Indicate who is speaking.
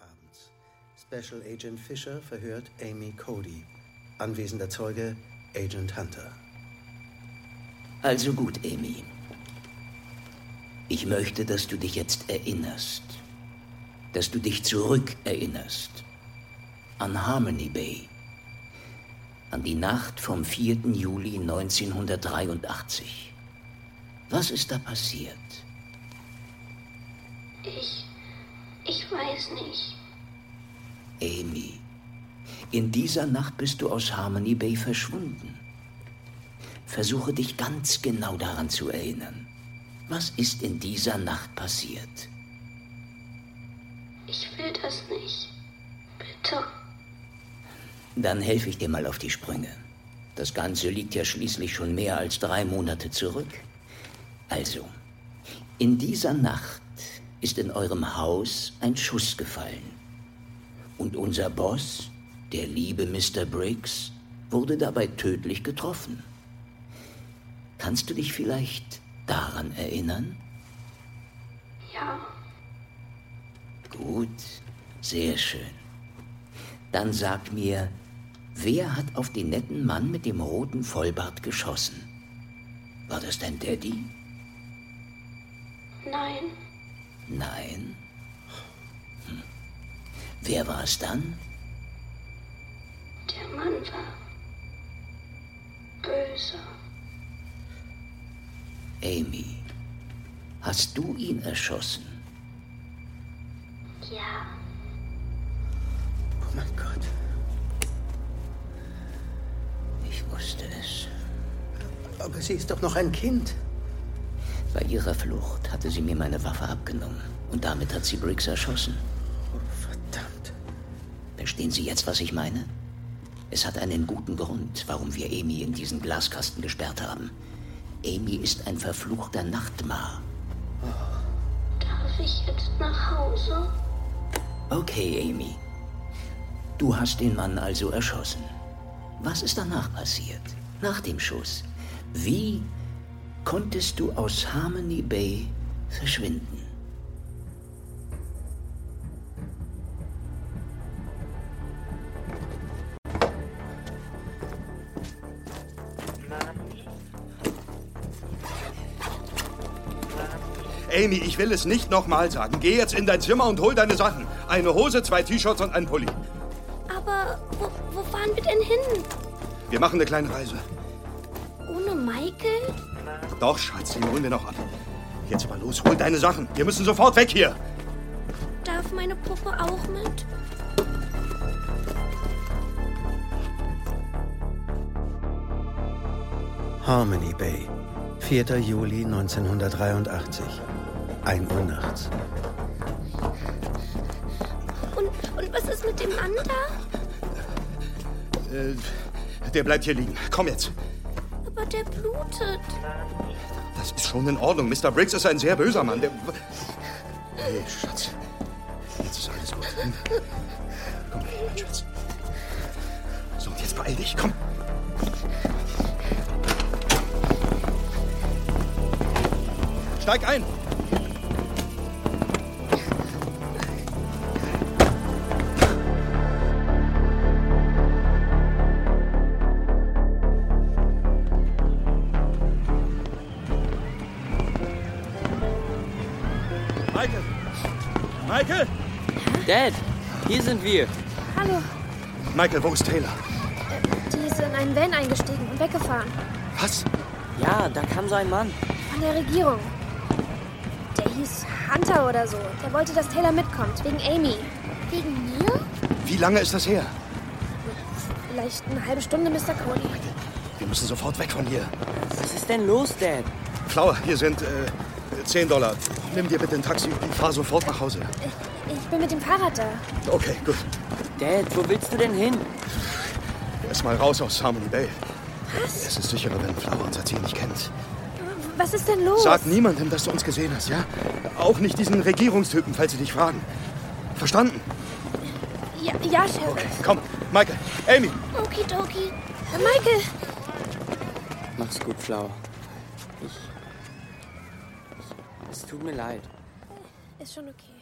Speaker 1: abends. Special Agent Fisher verhört Amy Cody. Anwesender Zeuge Agent Hunter.
Speaker 2: Also gut, Amy. Ich möchte, dass du dich jetzt erinnerst. Dass du dich zurückerinnerst. An Harmony Bay. An die Nacht vom 4. Juli 1983. Was ist da passiert?
Speaker 3: Ich. Ich weiß nicht.
Speaker 2: Amy, in dieser Nacht bist du aus Harmony Bay verschwunden. Versuche dich ganz genau daran zu erinnern. Was ist in dieser Nacht passiert?
Speaker 3: Ich will das nicht. Bitte.
Speaker 2: Dann helfe ich dir mal auf die Sprünge. Das Ganze liegt ja schließlich schon mehr als drei Monate zurück. Also, in dieser Nacht ist in eurem Haus ein Schuss gefallen. Und unser Boss, der liebe Mr. Briggs, wurde dabei tödlich getroffen. Kannst du dich vielleicht daran erinnern?
Speaker 3: Ja.
Speaker 2: Gut, sehr schön. Dann sag mir, wer hat auf den netten Mann mit dem roten Vollbart geschossen? War das dein Daddy?
Speaker 3: Nein.
Speaker 2: Nein. Hm. Wer war es dann?
Speaker 3: Der Mann war. böse.
Speaker 2: Amy. Hast du ihn erschossen?
Speaker 3: Ja.
Speaker 2: Oh mein Gott. Ich wusste es.
Speaker 1: Aber sie ist doch noch ein Kind.
Speaker 2: Bei ihrer Flucht hatte sie mir meine Waffe abgenommen. Und damit hat sie Briggs erschossen.
Speaker 1: Oh, verdammt.
Speaker 2: Verstehen Sie jetzt, was ich meine? Es hat einen guten Grund, warum wir Amy in diesen Glaskasten gesperrt haben. Amy ist ein verfluchter Nachtmar.
Speaker 3: Darf ich jetzt nach Hause?
Speaker 2: Okay, Amy. Du hast den Mann also erschossen. Was ist danach passiert? Nach dem Schuss? Wie konntest du aus Harmony Bay verschwinden?
Speaker 4: Amy, ich will es nicht nochmal sagen. Geh jetzt in dein Zimmer und hol deine Sachen. Eine Hose, zwei T-Shirts und einen Pulli.
Speaker 3: Aber wo, wo fahren wir denn hin?
Speaker 4: Wir machen eine kleine Reise.
Speaker 3: Ohne Michael?
Speaker 4: Doch, Schatz, den holen wir noch ab. Jetzt aber los, hol deine Sachen. Wir müssen sofort weg hier.
Speaker 3: Darf meine Puppe auch mit?
Speaker 1: Harmony Bay. 4. Juli 1983. 1 Uhr nachts.
Speaker 3: Und, und was ist mit dem Mann da?
Speaker 4: Äh, der bleibt hier liegen. Komm jetzt.
Speaker 3: Aber der blutet.
Speaker 4: Das ist schon in Ordnung. Mr. Briggs ist ein sehr böser Mann. Der... Hey, Schatz. Jetzt ist alles gut. Hm? Komm, mein Schatz. So, und jetzt beeil dich. Komm. Steig ein. Michael. Michael?
Speaker 5: Dad, hier sind wir.
Speaker 6: Hallo.
Speaker 4: Michael, wo ist Taylor?
Speaker 6: Die ist in einen Van eingestiegen und weggefahren.
Speaker 4: Was?
Speaker 5: Ja, da kam so ein Mann.
Speaker 6: Von der Regierung. Der hieß Hunter oder so. Der wollte, dass Taylor mitkommt. Wegen Amy.
Speaker 3: Wegen mir?
Speaker 4: Wie lange ist das her?
Speaker 6: Vielleicht eine halbe Stunde, Mr. Cody.
Speaker 4: Wir müssen sofort weg von hier.
Speaker 5: Was ist denn los, Dad?
Speaker 4: Flower, hier sind äh, 10 Dollar. Nimm dir bitte ein Taxi und fahr sofort nach Hause.
Speaker 6: Ich bin mit dem Fahrrad da.
Speaker 4: Okay, gut.
Speaker 5: Dad, wo willst du denn hin?
Speaker 4: Erstmal raus aus Harmony Bay. Was? Es ist sicherer, wenn Flower unser Ziel nicht kennt.
Speaker 6: Was ist denn los?
Speaker 4: Sag niemandem, dass du uns gesehen hast, ja? Auch nicht diesen Regierungstypen, falls sie dich fragen. Verstanden?
Speaker 6: Ja, ja Sheriff.
Speaker 4: Okay, komm. Michael, Amy,
Speaker 3: Okidoki.
Speaker 6: Michael,
Speaker 5: Mach's gut, Flau. Ich, ich. Es tut mir leid.
Speaker 6: ist schon okay.